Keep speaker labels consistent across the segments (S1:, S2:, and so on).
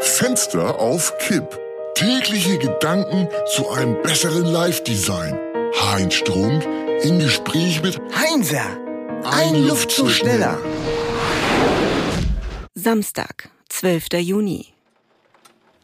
S1: Fenster auf Kipp. Tägliche Gedanken zu einem besseren Live-Design. Heinz Strunk im Gespräch mit
S2: Heinzer, ein Luftzug schneller.
S3: Samstag, 12. Juni.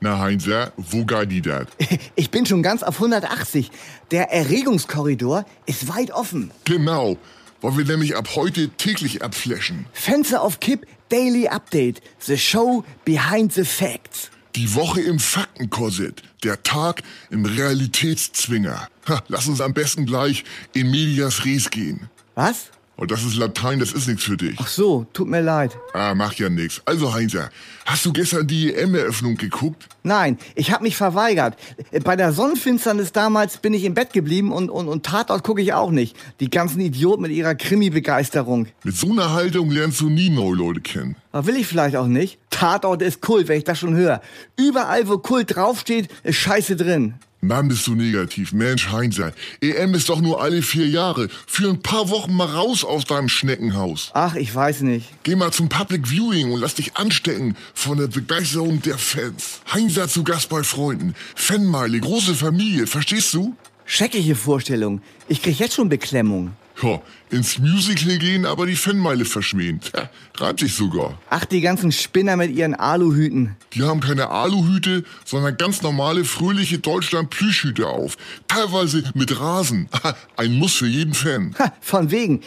S1: Na Heinzer, wo geht die dat?
S2: Ich bin schon ganz auf 180. Der Erregungskorridor ist weit offen.
S1: Genau, weil wir nämlich ab heute täglich abflashen.
S2: Fenster auf Kipp, Daily Update, the show behind the facts.
S1: Die Woche im Faktenkorsett, der Tag im Realitätszwinger. Ha, lass uns am besten gleich in medias res gehen.
S2: Was?
S1: Und das ist Latein, das ist nichts für dich.
S2: Ach so, tut mir leid.
S1: Ah, macht ja nichts. Also Heinzer, hast du gestern die EM-Eröffnung geguckt?
S2: Nein, ich habe mich verweigert. Bei der Sonnenfinsternis damals bin ich im Bett geblieben und, und, und Tatort gucke ich auch nicht. Die ganzen Idioten mit ihrer Krimi-Begeisterung.
S1: Mit so einer Haltung lernst du nie neue Leute kennen.
S2: Aber will ich vielleicht auch nicht. Tatort ist Kult, wenn ich das schon höre. Überall, wo Kult draufsteht, ist Scheiße drin.
S1: Mann, bist du negativ. Mensch, Heinzer, EM ist doch nur alle vier Jahre. Für ein paar Wochen mal raus aus deinem Schneckenhaus.
S2: Ach, ich weiß nicht.
S1: Geh mal zum Public Viewing und lass dich anstecken von der Begeisterung der Fans. Heinzer zu Gast bei Freunden. Fanmeile, große Familie, verstehst du?
S2: Schreckliche Vorstellung. Ich krieg jetzt schon Beklemmung.
S1: Ja, ins Musical gehen, aber die Fanmeile verschmähen. Tja, reimt sich sogar.
S2: Ach, die ganzen Spinner mit ihren Aluhüten.
S1: Die haben keine Aluhüte, sondern ganz normale, fröhliche Deutschland-Plüschhüte auf. Teilweise mit Rasen. Ein Muss für jeden Fan.
S2: Ha, von wegen.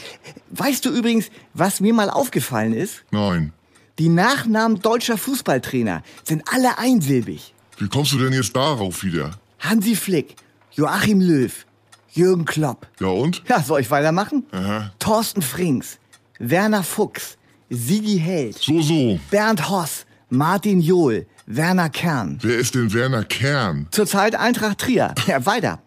S2: Weißt du übrigens, was mir mal aufgefallen ist?
S1: Nein.
S2: Die Nachnamen deutscher Fußballtrainer sind alle einsilbig.
S1: Wie kommst du denn jetzt darauf wieder?
S2: Hansi Flick, Joachim Löw, Jürgen Klopp.
S1: Ja und?
S2: Ja, soll ich weitermachen?
S1: Aha.
S2: Thorsten Frings, Werner Fuchs, Sigi Held,
S1: So, so.
S2: Bernd Hoss, Martin Johl, Werner Kern.
S1: Wer ist denn Werner Kern?
S2: Zurzeit Eintracht Trier. Ja, weiter.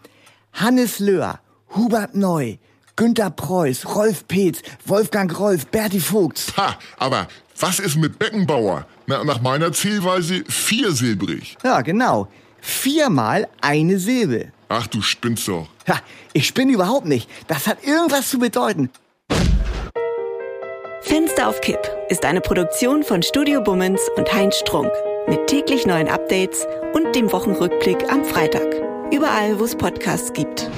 S2: Hannes Löhr, Hubert Neu, Günter Preuß, Rolf Petz, Wolfgang Rolf, Berti Vogts.
S1: Ha, aber was ist mit Beckenbauer? Na, nach meiner Zählweise viersilbrig.
S2: Ja, genau. Viermal eine Silbe.
S1: Ach, du spinnst doch.
S2: Ha, ich spinne überhaupt nicht. Das hat irgendwas zu bedeuten.
S3: Fenster auf Kipp ist eine Produktion von Studio Bummens und Heinz Strunk. Mit täglich neuen Updates und dem Wochenrückblick am Freitag. Überall, wo es Podcasts gibt.